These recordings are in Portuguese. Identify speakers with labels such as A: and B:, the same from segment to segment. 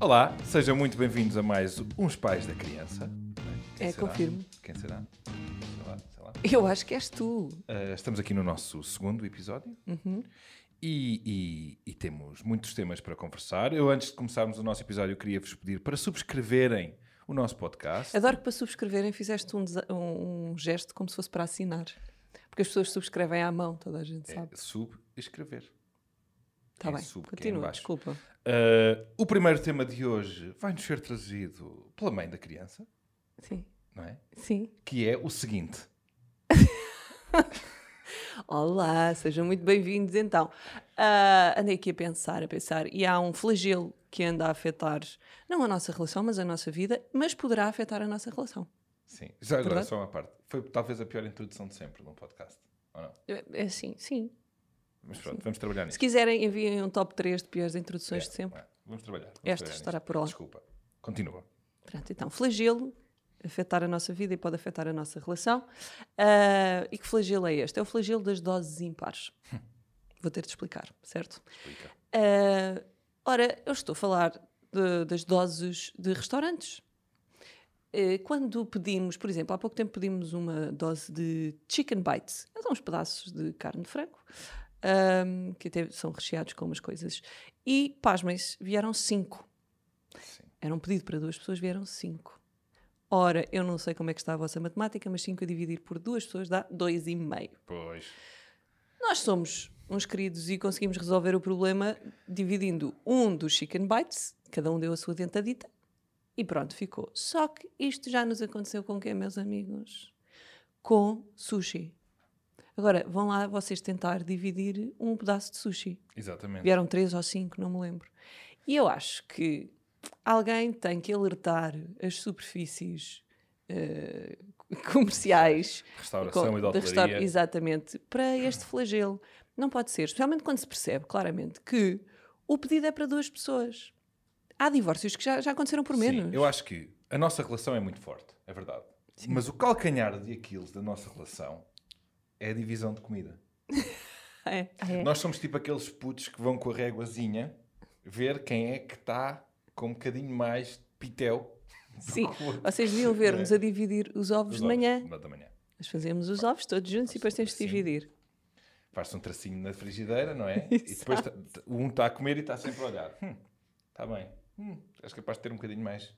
A: Olá, sejam muito bem-vindos a mais Uns Pais da Criança. Quem
B: É,
A: será?
B: confirmo.
A: Quem será? Sei lá, sei lá.
B: Eu acho que és tu.
A: Ah, estamos aqui no nosso segundo episódio
B: Uhum.
A: e, e- e temos muitos temas para conversar. Eu, antes de começarmos o nosso episódio, eu queria-vos pedir para subsreverem o nosso podcast.
B: Adoro que para subscreverem fizeste um, desa- um- um gesto como se fosse para assinar. Porque as pessoas subscrevem à mão, toda a gente
A: É
B: sabe.
A: subscrever.
B: Está
A: é
B: bem,
A: sub, que é em
B: continua,
A: baixo.
B: desculpa.
A: Ah, o primeiro tema de hoje vai-nos ser trazido pela mãe da criança,
B: Sim,
A: não é?
B: sim.
A: Que é o seguinte.
B: Olá, sejam muito bem-vindos então. Ah, andei aqui a pensar, a pensar, e há um flagelo que anda a afetar, não a nossa relação, mas a nossa vida, mas poderá afetar a nossa relação.
A: Sim, já agora
B: Verdade?
A: só uma parte. Foi talvez a pior introdução de sempre num podcast. Ou não?
B: É é assim, sim.
A: Mas pronto, vamos trabalhar
B: Se
A: nisso.
B: quiserem, enviem um top 3 de piores introduções de sempre.
A: É, vamos trabalhar. Vamos
B: Esta
A: trabalhar
B: estará
A: nisto.
B: por lá.
A: Desculpa. Continua.
B: Pronto, então, flagelo, afetar a nossa vida e pode afetar a nossa relação. Ah, e que flagelo é este? É o flagelo das doses impares. Vou ter de explicar, certo?
A: Explica.
B: Ah, ora, eu estou a falar de- das doses de restaurantes. Eh, Quando pedimos, por exemplo, há pouco tempo pedimos uma dose de chicken bites, são uns pedaços de carne de frango, ahm, que até são recheados com umas coisas, e pasmem-se, vieram cinco.
A: Sim.
B: Era um pedido para duas pessoas, vieram cinco. Ora, eu não sei como é que está a vossa matemática, mas cinco a dividir por duas pessoas dá dois e meio.
A: Pois.
B: Nós somos uns queridos e conseguimos resolver o problema dividindo um dos chicken bites, cada um deu a sua dentadita, e pronto, ficou. Só que isto já nos aconteceu com quem, meus amigos? Com sushi. Agora, vão lá vocês tentar dividir um pedaço de sushi.
A: Exatamente.
B: Vieram três ou cinco, não me lembro. E eu acho que alguém tem que alertar as superfícies eh, comerciais
A: Restauração
B: com-
A: e de
B: da
A: hotelaria.
B: restaur- Exatamente, para este flagelo. Não pode ser, especialmente quando se percebe claramente que o pedido é para duas pessoas. Há divórcios que já, já aconteceram por menos.
A: Sim, eu acho que a nossa relação é muito forte, é verdade. Mas o calcanhar de Aquiles da nossa relação é a divisão de comida.
B: É.
A: Nós somos tipo aqueles putos que vão com a réguazinha ver quem é que está com um bocadinho mais de pitel.
B: Sim. Vocês deviam ver-nos
A: É.
B: a dividir os ovos
A: Dos
B: de manhã.
A: Da manhã.
B: Nós fazemos os ovos todos juntos e depois temos de
A: Sim.
B: dividir.
A: faz-se um tracinho na frigideira, não é? e depois tá- tá- um está a comer e está sempre a olhar. Está bem. Hum, és capaz de ter um bocadinho mais.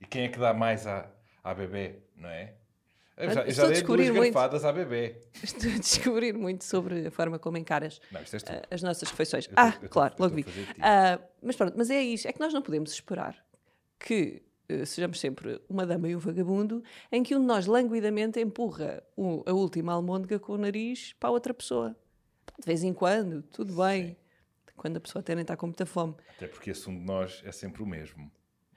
A: E quem é que dá mais à, à bebê, não é? Eu já,
B: Estou
A: eu já dei
B: a
A: duas
B: descobrir muito.
A: garfadas à bebê.
B: Estou a descobrir muito sobre a forma como encaras
A: Não, isto é és tu.
B: ah, as nossas refeições.
A: Eu tô-
B: Ah,
A: eu tô-
B: claro,
A: eu tô
B: logo
A: a
B: vi.
A: fazer tipo. de ti.
B: Ah, mas pronto, mas é isso. É que nós não podemos esperar que eh, sejamos sempre uma dama e um vagabundo em que um de nós languidamente empurra o- a última almôndega com o nariz para a outra pessoa. De vez em quando, tudo bem. Quando a pessoa até nem está com muita fome.
A: Até porque esse um de nós é sempre o mesmo.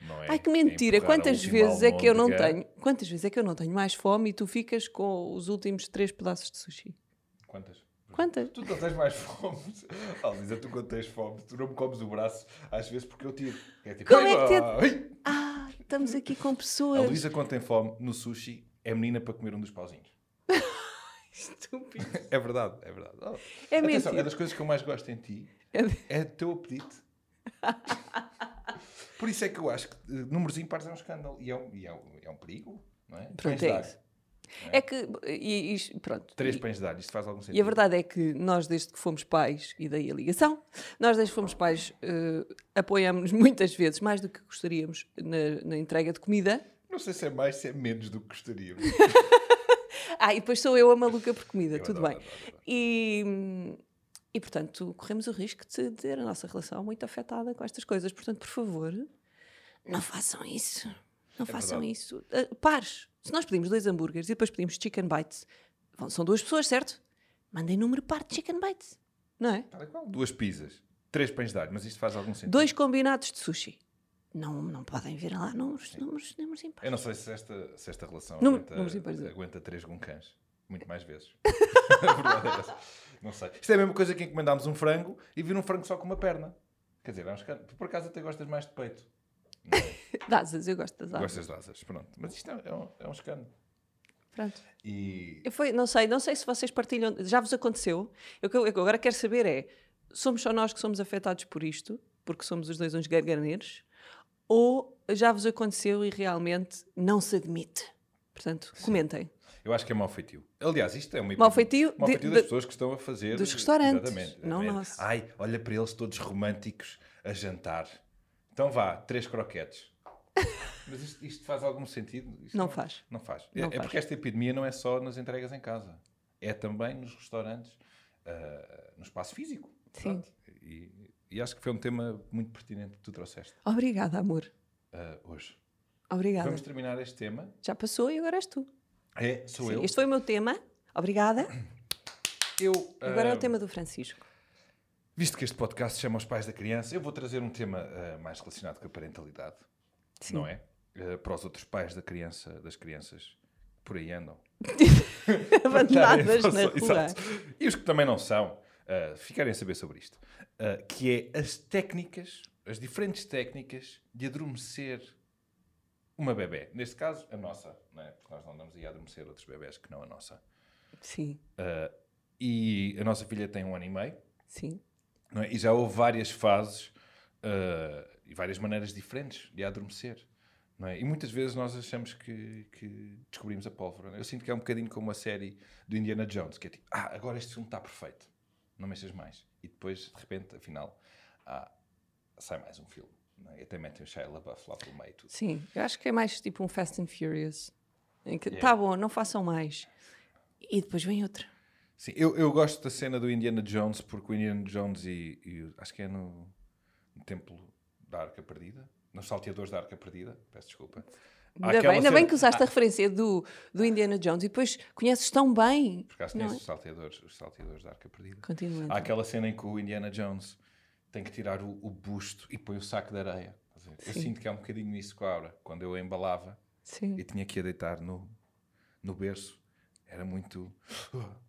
A: Não é?
B: Ah. Ai que
A: É
B: mentira!
A: empurrar a
B: Quantas
A: última
B: vezes é que eu não
A: almôndega.
B: tenho? Quantas vezes é que eu não tenho mais fome e tu ficas com os últimos três pedaços de sushi?
A: Quantas?
B: Quantas?
A: Tu não tens mais fome. Ah, Lisa, tu quando tens fome, tu não me comes o braço às vezes porque eu tiro. É tipo,
B: Como é que te-
A: ai,
B: Ah, estamos aqui com
A: A
B: pessoas.
A: Luísa, quando tem fome, no sushi, é menina para comer um dos pauzinhos.
B: Estúpido.
A: É verdade, é verdade. Oh.
B: É
A: Atenção,
B: mentira.
A: é das coisas que eu mais gosto em ti.
B: É de-
A: É o teu apetite. Por isso é que eu acho que eh, números ímpares é um escândalo e é um, e é um, é um perigo, não é? Pães
B: Pronto,
A: de
B: é
A: ar.
B: isso. É que, e, e- pronto.
A: Três
B: E-
A: pães de ar, isto faz algum sentido.
B: E a verdade é que nós, desde que fomos pais, e daí a ligação, nós, desde que fomos pais, apoiamos muitas vezes, mais do que gostaríamos, na, na entrega de comida.
A: Não sei se é mais, se é menos do que gostaria.
B: Ah, e depois sou eu a maluca por comida,
A: Eu
B: tudo
A: adoro,
B: bem.
A: adoro, adoro.
B: E, hum, e, portanto, corremos o risco de ter a nossa relação é muito afetada com estas coisas. Portanto, por favor, não façam isso. Não façam
A: verdade.
B: isso. Ah, pares. Se nós pedimos dois hambúrgueres e depois pedimos chicken bites, vão- são duas pessoas, certo? Mandem número par de chicken bites. Não é?
A: Tal e qual. Duas pizzas, três pães de ar, mas isto faz algum sentido.
B: Dois combinados de sushi. Não, não podem vir lá números, números, números
A: Eu
B: impares.
A: não sei se esta, se esta relação
B: Num- números ímpares,
A: aguenta,
B: é.
A: aguenta três guncans. Muito mais vezes. A verdade é essa. não sei. Isto é a mesma coisa que encomendámos um frango e vir um frango só com uma perna. Quer dizer, é um escândalo. Tu, Por acaso até gostas mais de peito.
B: De asas, eu gosto das asas.
A: Gostas de asas, pronto. Mas isto é, é um, é um escândalo.
B: Pronto.
A: E
B: Eu fui- não sei, não sei se vocês partilham, já vos aconteceu. Eu, que- eu que agora quero saber é, somos só nós que somos afetados por isto, porque somos os dois uns garganeiros, ou já vos aconteceu e realmente não se admite? Portanto, comentem.
A: Eu acho que é mau feitio. Aliás, isto é uma
B: Mau feitio
A: mau
B: de-
A: feitio
B: de-
A: das pessoas que estão a fazer. eh,
B: dos restaurantes,
A: Exatamente.
B: não
A: exatamente.
B: nosso.
A: Ai, olha para eles todos românticos a jantar. Então vá, três croquetes. Mas isto, isto faz algum sentido? Isto
B: Não faz.
A: Não faz.
B: Não
A: é, é
B: faz.
A: porque esta epidemia não é só nas entregas em casa. É também nos restaurantes, ah, no espaço físico.
B: Sim.
A: Pronto. E, e acho que foi um tema muito pertinente que tu trouxeste
B: Obrigada, amor.
A: ah, hoje.
B: Obrigada.
A: Vamos terminar este tema.
B: Já passou e agora és tu.
A: É, sou
B: Sim,
A: eu.
B: Este foi o meu tema. Obrigada.
A: Eu,
B: Agora é
A: ah,
B: o tema do Francisco.
A: Visto que este podcast se chama Os Pais da Criança, eu vou trazer um tema eh, mais relacionado com a parentalidade,
B: Sim.
A: não é? Eh, para os outros pais da criança, das crianças que por aí andam.
B: Abandonadas na
A: Tá, Exato.
B: rua.
A: E os que também não são, eh, ficarem a saber sobre isto. Eh, que é as técnicas, as diferentes técnicas de adormecer uma bebé. Neste caso, a nossa, não é? Porque nós não andamos aí a adormecer outros bebés que não a nossa.
B: Sim,
A: E a nossa filha tem um ano e meio.
B: sim.
A: não é? E já houve várias fases ah, e várias maneiras diferentes de adormecer. não é? E muitas vezes nós achamos que, que descobrimos a pólvora. não é? Eu sinto que é um bocadinho como a série do Indiana Jones, que é tipo, ah, agora este filme está perfeito, não mexas mais. E depois, de repente, afinal, ah, sai mais um filme. não é? E até metem o Shia LaBeouf lá pelo meio e tudo.
B: Sim, eu acho que é mais tipo um Fast and Furious. Em que,
A: Yeah.
B: Tá bom, não façam mais. E depois vem outra.
A: Sim, eu, eu gosto da cena do Indiana Jones, porque o Indiana Jones e, e acho que é no, no Templo da Arca Perdida, nos Salteadores da Arca Perdida, peço desculpa. Há
B: Ainda bem,
A: aquela
B: ainda
A: cena-
B: bem que usaste
A: Ah,
B: a referência do, do Indiana Jones e depois conheces tão bem.
A: Por acaso
B: Não
A: conheces
B: é?
A: os salteadores, os salteadores da Arca Perdida.
B: Continua.
A: Há
B: então.
A: aquela cena em que o Indiana Jones tem que tirar o, o busto e põe o saco de areia. Estás a ver? Eu
B: Sim.
A: sinto que há um bocadinho isso com a Aura. Quando eu a embalava
B: Sim.
A: e tinha que a deitar no, no berço, era muito...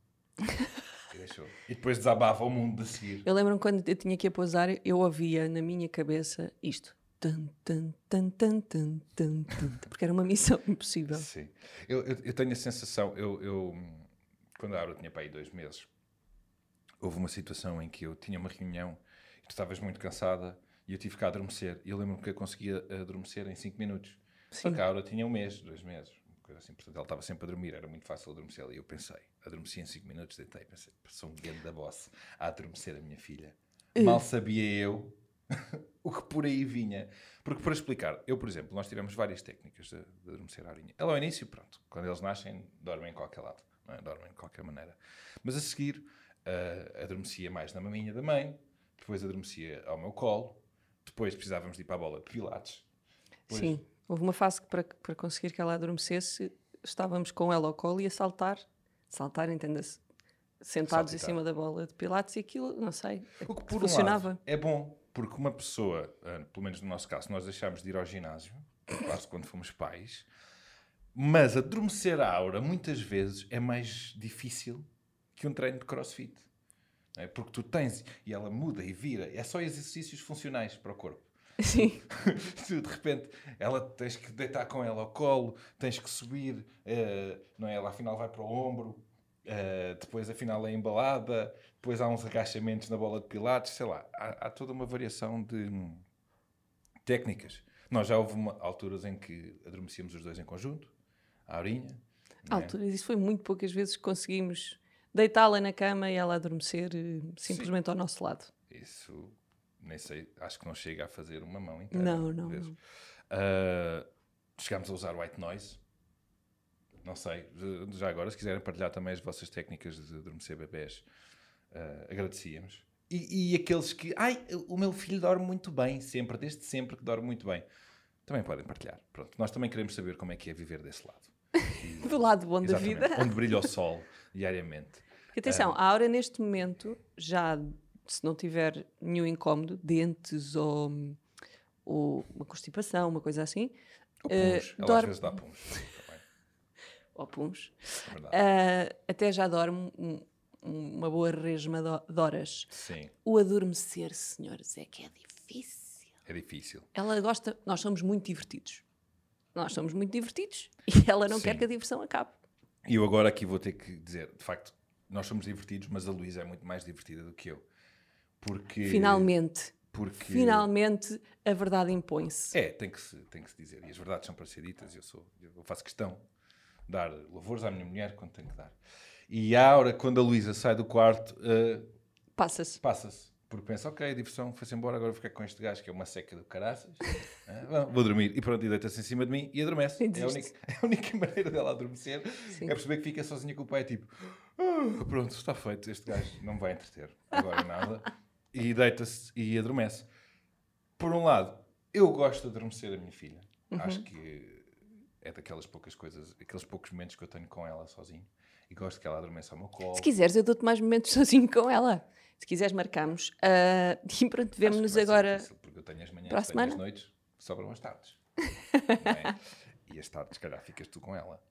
A: E, deixou. E depois desabava o mundo a seguir.
B: Eu lembro-me quando eu tinha que ir pousar, eu ouvia na minha cabeça isto. Tan, tan, tan, tan, tan, tan, tan, tan. porque era uma missão impossível.
A: Sim. Eu, eu, eu tenho a sensação, eu, eu, hum, quando a Aura tinha para aí dois meses, houve uma situação em que eu tinha uma reunião e tu estavas muito cansada e eu tive que adormecer. E eu lembro-me que eu conseguia adormecer em 5 minutos. Só que a Aura tinha um mês, dois meses, uma coisa assim. Portanto, ela estava sempre a dormir, era muito fácil adormecer. E eu pensei, adormeci em 5 minutos, deitei, pensei, passou um grande da boss a adormecer a minha filha. Mal sabia eu o que por aí vinha. Porque, para explicar, eu, por exemplo, nós tivemos várias técnicas de, de adormecer a aurinha. Ela, ao início, pronto, quando eles nascem, dormem em qualquer lado, não é? dormem de qualquer maneira. Mas a seguir, ah, adormecia mais na maminha da mãe, depois adormecia ao meu colo, depois precisávamos de ir para a bola de pilates. Pois.
B: Sim, houve uma fase que para, para conseguir que ela adormecesse, estávamos com ela ao colo e a saltar. Saltar, entenda-se. Sentados em
A: Saltitar.
B: cima da bola de pilates e aquilo, não sei,
A: O que, por um
B: funcionava.
A: lado, é bom, porque uma pessoa, ah, pelo menos no nosso caso, nós deixámos de ir ao ginásio, quase quando fomos pais, mas adormecer a aura muitas vezes é mais difícil que um treino de crossfit. não é? Porque tu tens, e ela muda e vira, é só exercícios funcionais para o corpo.
B: Sim,
A: tu, de repente, ela tens que deitar com ela ao colo, tens que subir, eh, não é? Ela afinal vai para o ombro, eh, depois afinal é embalada, depois há uns agachamentos na bola de pilates, sei lá. Há, há toda uma variação de hum, técnicas. Nós já houve uma- alturas em que adormecíamos os dois em conjunto, a Aurinha.
B: à
A: não é?
B: altura, isso foi muito poucas vezes que conseguimos deitá-la na cama e ela adormecer eh, simplesmente ao nosso lado.
A: Isso, nem sei, acho que não chega a fazer uma mão inteira.
B: Não, não,
A: vezes.
B: não.
A: Ah, chegámos a usar white noise. Não sei, já- já agora, se quiserem partilhar também as vossas técnicas de adormecer bebés, ah, agradecíamos. E, e aqueles que, ai, o meu filho dorme muito bem, sempre, desde sempre que dorme muito bem, também podem partilhar. Pronto, nós também queremos saber como é que é viver desse lado.
B: Do lado bom da
A: Exatamente, é.
B: vida.
A: Onde brilha o sol diariamente.
B: Porque, atenção, a Aura neste momento, já se não tiver nenhum incómodo, dentes ou, ou uma constipação, uma coisa assim,
A: Ou
B: Eh,
A: puns, ela às
B: dorme-
A: vezes dá puns. também,
B: ou puns,
A: é verdade.
B: ah, até já dorme um- um- uma boa resma do- de horas.
A: Sim,
B: O adormecer, senhores, é que é difícil.
A: é difícil.
B: Ela gosta, nós somos muito divertidos. Nós somos muito divertidos e ela não quer
A: Sim.
B: que a diversão acabe.
A: E eu agora aqui vou ter que dizer, de facto, nós somos divertidos, mas a Luísa é muito mais divertida do que eu. Porque
B: Finalmente,
A: Porque
B: Finalmente a verdade impõe-se.
A: é, tem que, se, tem que se dizer. E as verdades são para ser ditas. e Eu, sou, eu faço questão de dar louvores à minha mulher quando tenho que dar. E a Aura, quando a Luísa sai do quarto, eh,
B: Passa-se.
A: passa-se. Porque pensa, ok, a diversão foi-se embora, agora vou ficar com este gajo que é uma seca do caraças. Ah, bom, vou dormir. E pronto, e deita-se em cima de mim e adormece.
B: E
A: É a,
B: desiste.
A: única, é a única maneira dela adormecer
B: Sim.
A: é perceber que fica sozinha com o pai. é Tipo, "Ah, pronto, está feito, este gajo não me vai entreter agora nada. E deita-se e adormece. Por um lado, eu gosto de adormecer a minha filha. Acho que é daquelas poucas coisas, aqueles poucos momentos que eu tenho com ela sozinho. E gosto que ela adormeça ao meu colo.
B: Se quiseres, eu dou-te mais momentos sozinho com ela. Se quiseres, marcamos. Ah, e pronto,
A: Acho que
B: vemo-nos
A: vai ser
B: agora.
A: difícil, porque eu tenho as manhãs,
B: para a
A: tenho
B: semana.
A: as noites, sobram as tardes. Não é? E as tardes, se calhar, ficas tu com ela.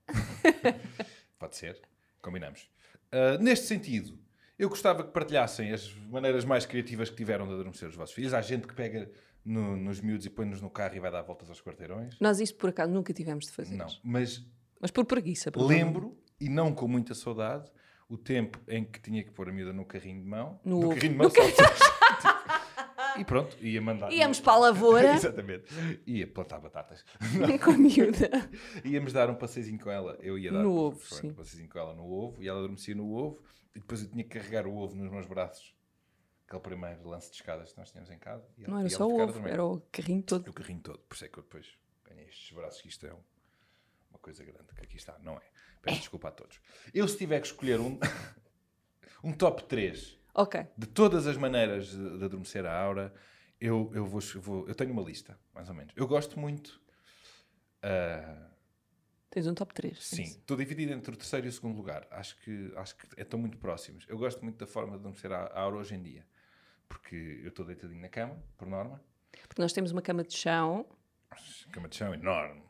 A: Pode ser? Combinamos. Ah, neste sentido, eu gostava que partilhassem as maneiras mais criativas que tiveram de adormecer os vossos filhos. Há gente que pega no- nos miúdos e põe-nos no carro e vai dar voltas aos quarteirões.
B: Nós isto por acaso nunca tivemos de fazer.
A: Não, mas
B: Mas por preguiça. provavelmente.
A: lembro, e não com muita saudade, o tempo em que tinha que pôr a miúda no carrinho de mão.
B: No ovo.
A: carrinho de mão, só- E pronto, ia mandar.
B: Íamos para a lavoura
A: Exatamente. Ia plantar batatas.
B: com a miúda.
A: Íamos dar um passeizinho com ela. Eu ia dar
B: No
A: um-
B: ovo,
A: pronto, um
B: sim.
A: passeizinho com ela no ovo e ela adormecia no ovo e depois eu tinha que carregar o ovo nos meus braços. Aquele primeiro lance de escadas que nós tínhamos em casa. E ela-
B: Não
A: e
B: era
A: ela
B: só o
A: ficar a
B: ovo,
A: dormir.
B: era o carrinho todo.
A: E o carrinho todo. Por isso é que eu depois ganhei estes braços que isto é um- uma coisa grande que aqui está. Não é. Peço desculpa a todos. Eu se tiver que escolher um, um top 3
B: Ok.
A: de todas as maneiras de, de adormecer a aura, eu, eu, vou, vou- eu tenho uma lista, mais ou menos. Eu gosto muito. ah,
B: Tens um top 3.
A: sim, estou dividido entre o terceiro e o segundo lugar. Acho que, acho que estão muito próximos. Eu gosto muito da forma de adormecer a, a aura hoje em dia, porque eu estou deitadinho na cama, por norma.
B: Porque nós temos uma cama de chão.
A: Cama de chão enorme.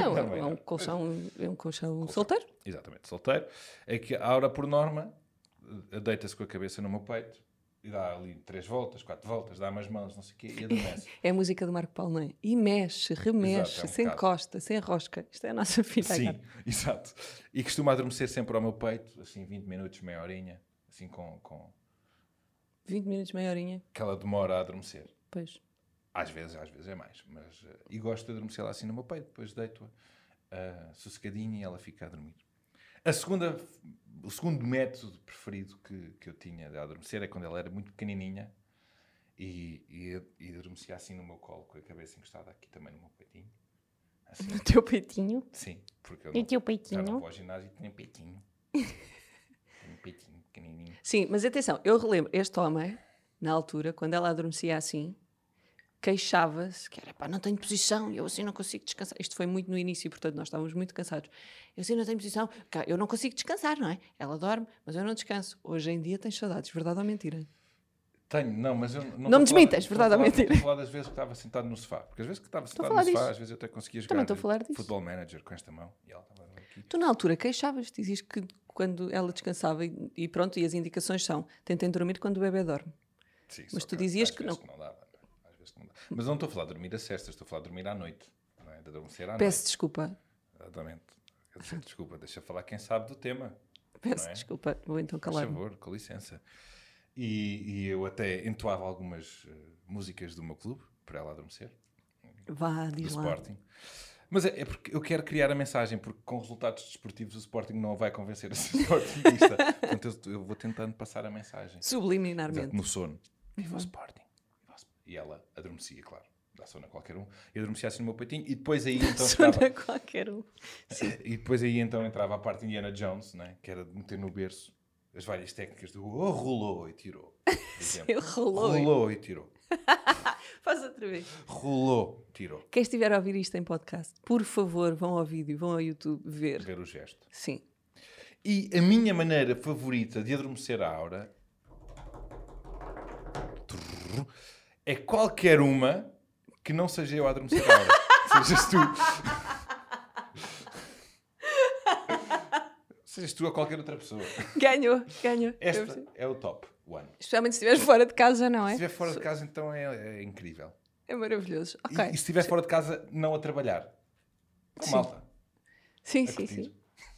B: Não,
A: Não
B: é,
A: era.
B: um colchão, é um colchão solteiro.
A: Exatamente, solteiro. É que a aura, por norma, eh, deita-se com a cabeça no meu peito e dá ali três voltas, quatro voltas, dá-me as mãos, não sei o quê, e adormece.
B: É a música do Marco Paulo, não é? E mexe, remexe,
A: Exato, é um
B: sem
A: bocado.
B: encosta, sem rosca. Isto é a nossa filha.
A: Sim,
B: agora.
A: exato. E costuma adormecer sempre ao meu peito, assim, 20 minutos, meia horinha, assim, com, com...
B: 20 minutos, meia horinha.
A: que ela demora a adormecer.
B: Pois.
A: Às vezes, às vezes é mais, mas... eh, E gosto de adormecer lá assim no meu peito, depois deito-a ah, sossegadinha e ela fica a dormir. A segunda... O segundo método preferido que, que eu tinha de adormecer é quando ela era muito pequenininha e, e, e adormecia assim no meu colo, com a cabeça encostada aqui também no meu peitinho. Assim,
B: No teu peitinho.
A: sim, porque eu
C: E
A: não
C: o teu
A: Já não
C: peitinho?
A: vou ao ginásio e tenho peitinho. tenho peitinho pequenininho.
B: Sim, mas atenção, eu relembro, este homem, na altura, quando ela adormecia assim, queixava-se que era pá, não tenho posição, eu assim não consigo descansar. Isto foi muito no início, portanto nós estávamos muito cansados. Eu assim não tenho posição, cá, eu não consigo descansar, não é? Ela dorme, mas eu não descanso. Hoje em dia tens saudades, verdade ou mentira?
A: Tenho, não, mas eu não.
B: Não me
A: estou a falar-
B: desmintas,
A: estou a
B: verdade ou
A: falar-
B: mentira?
A: Estou a falar das vezes que estava sentado no sofá. Porque às vezes que estava sentado
B: falar
A: no sofá,
B: disso.
A: às vezes eu até conseguia jogar
B: Também estou a falar disso.
A: futebol manager com esta mão e ela estava aqui.
B: Tu na altura queixavas, dizias que quando ela descansava e, e pronto, e as indicações são, tentem dormir quando o bebê dorme.
A: Sim,
B: Mas
A: só
B: tu dizias
A: às
B: que
A: vezes
B: não.
A: que não dava. Às vezes que não dava. Mas eu não estou a falar de dormir a cestas, estou a falar de dormir à noite. Não é? De adormecer à
B: Peço desculpa,
A: noite. Exatamente. Quer dizer, Desculpa, deixa falar quem sabe do tema.
B: peço
A: Não é?
B: desculpa, vou então
A: Por
B: calar-me.
A: favor, com licença. E, e eu até entoava algumas eh, músicas do meu clube para ela adormecer.
B: Vá,
A: do
B: diz lá.
A: Sporting. Mas é, é porque eu quero criar a mensagem, porque com resultados desportivos o Sporting não a vai convencer a ser Sportingista. Portanto, eu, eu vou tentando passar a mensagem. Exato,
B: Subliminarmente.
A: no sono. Viva o Sporting. Viva o Sp- E ela adormecia, claro. Dá sono a qualquer um. E adormecia assim no meu peitinho. E depois aí então entrava,
B: Sona qualquer um.
A: e depois aí, então, entrava a parte de Indiana Jones, né? que era de meter no berço as várias técnicas do oh, rolou e tirou. por exemplo.
B: Eu rolou.
A: rolou e tirou.
B: Faz outra vez.
A: Rolou, tirou.
B: Quem estiver a ouvir isto em podcast, por favor, vão ao vídeo, vão ao YouTube ver.
A: Ver o gesto.
B: Sim.
A: E a minha maneira favorita de adormecer a aura é qualquer uma que não seja eu a adormecer a aura. Sejas tu. Sejas tu ou qualquer outra pessoa.
B: Ganhou, ganhou.
A: Esta é o top one.
B: Especialmente se estiver fora de casa, não
A: Se
B: é?
A: estiver fora de casa, então é, é incrível.
B: É maravilhoso.
A: E-
B: Ok.
A: E, se estiver fora de casa, não a trabalhar. Com malta.
B: Sim,
A: a
B: sim, sim.
A: curtir.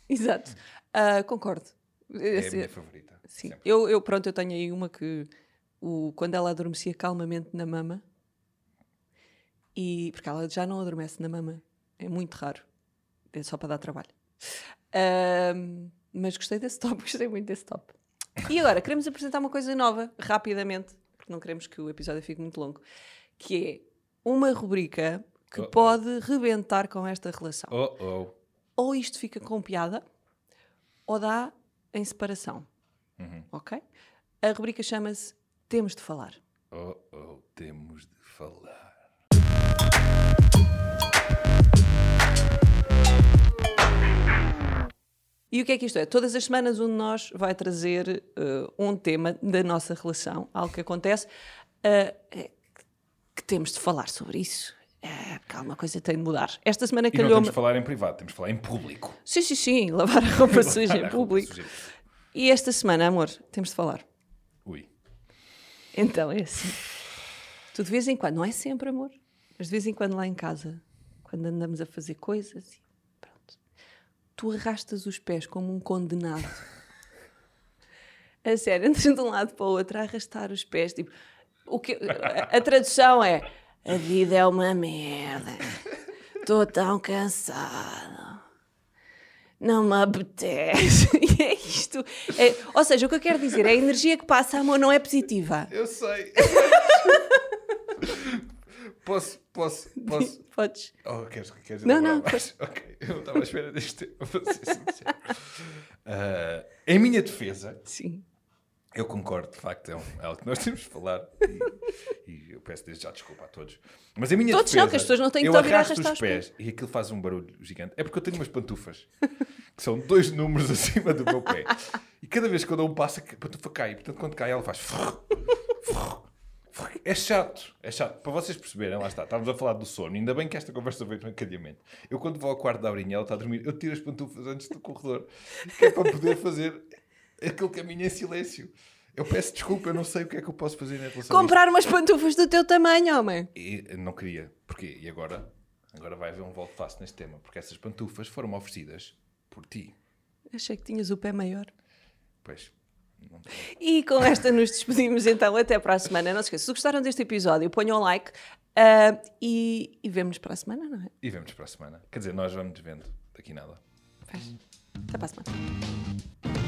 B: Exato. Ah, concordo.
A: É a
B: Esse- é-
A: minha favorita.
B: sim.
A: sempre.
B: Eu, eu, pronto, eu tenho aí uma que o, quando ela adormecia calmamente na mama, e, porque ela já não adormece na mama, é muito raro, é só para dar trabalho. Ahm, mas gostei desse top, gostei muito desse top. E agora, queremos apresentar uma coisa nova, rapidamente, porque não queremos que o episódio fique muito longo, que é uma rubrica que
A: Oh, oh.
B: pode rebentar com esta relação
A: Oh, oh.
B: ou isto fica com piada ou dá em separação.
A: Uhum.
B: Ok? A rubrica chama-se Temos de Falar.
A: Oh, oh. Temos de falar.
B: E o que é que isto é? Todas as semanas um de nós vai trazer eh, um tema da nossa relação, algo que acontece, eh, eh, que temos de falar sobre isso. Eh, porque alguma coisa tem de mudar. Esta semana
A: E não
B: calhou-me.
A: temos de falar em privado, temos de falar em público.
B: Sim, sim, sim, lavar a roupa suja
A: Lavar
B: em
A: a é roupa
B: público.
A: suja.
B: E esta semana, amor, temos de falar.
A: Ui.
B: Então é assim. Tu de vez em quando, não é sempre, amor, mas de vez em quando lá em casa, quando andamos a fazer coisas e pronto, tu arrastas os pés como um condenado. A sério, andas de um lado para o outro a arrastar os pés, tipo, o que, a, a tradução é a vida é uma merda. Estou tão cansado. Não me apetece. E é isto. É- ou seja, o que eu quero dizer é a energia que passa, amor, não é positiva.
A: Eu sei. posso, posso, posso.
B: Podes.
A: Oh, queres, queres
B: Não,
A: elaborar
B: não,
A: mais? Ok, eu não estava à espera deste tempo, vou ser sincero. Ah, em minha defesa,
B: Sim.
A: eu concordo, de facto, é, um- é algo que nós temos de falar e, e eu peço desde já desculpa a todos. Mas em minha
B: Todos
A: defesa,
B: não, que as pessoas não têm que
A: eu
B: te ouvir a
A: arrasto
B: arrastar
A: os pés,
B: os
A: e aquilo faz um barulho gigante. É porque eu tenho umas pantufas que são dois números acima do meu pé e cada vez que eu dou um passo, a pantufa cai. Portanto, quando cai, ela faz. É chato, é chato. Para vocês perceberem, lá está, estávamos a falar do sono. Ainda bem que esta conversa veio tranquilamente. Eu, quando vou ao quarto da Aurinha, ela está a dormir, eu tiro as pantufas antes do corredor, que é para poder fazer aquele caminho em silêncio. Eu peço desculpa, eu não sei o que é que eu posso fazer em relação a
B: Comprar umas pantufas do teu tamanho, homem.
A: isto. E eh, não queria. Porquê? E agora? Agora vai haver um volto fácil neste tema, porque essas pantufas foram oferecidas por ti.
B: Achei que tinhas o pé maior.
A: Pois, não
B: E com esta nos despedimos então até para a semana. Não se esqueçam, se gostaram deste episódio, ponham o like ah, e, e vemo-nos para a semana, não é?
A: E vemos para a semana. Quer dizer, nós vamos vendo daqui nada.
B: Faz. Até para a semana.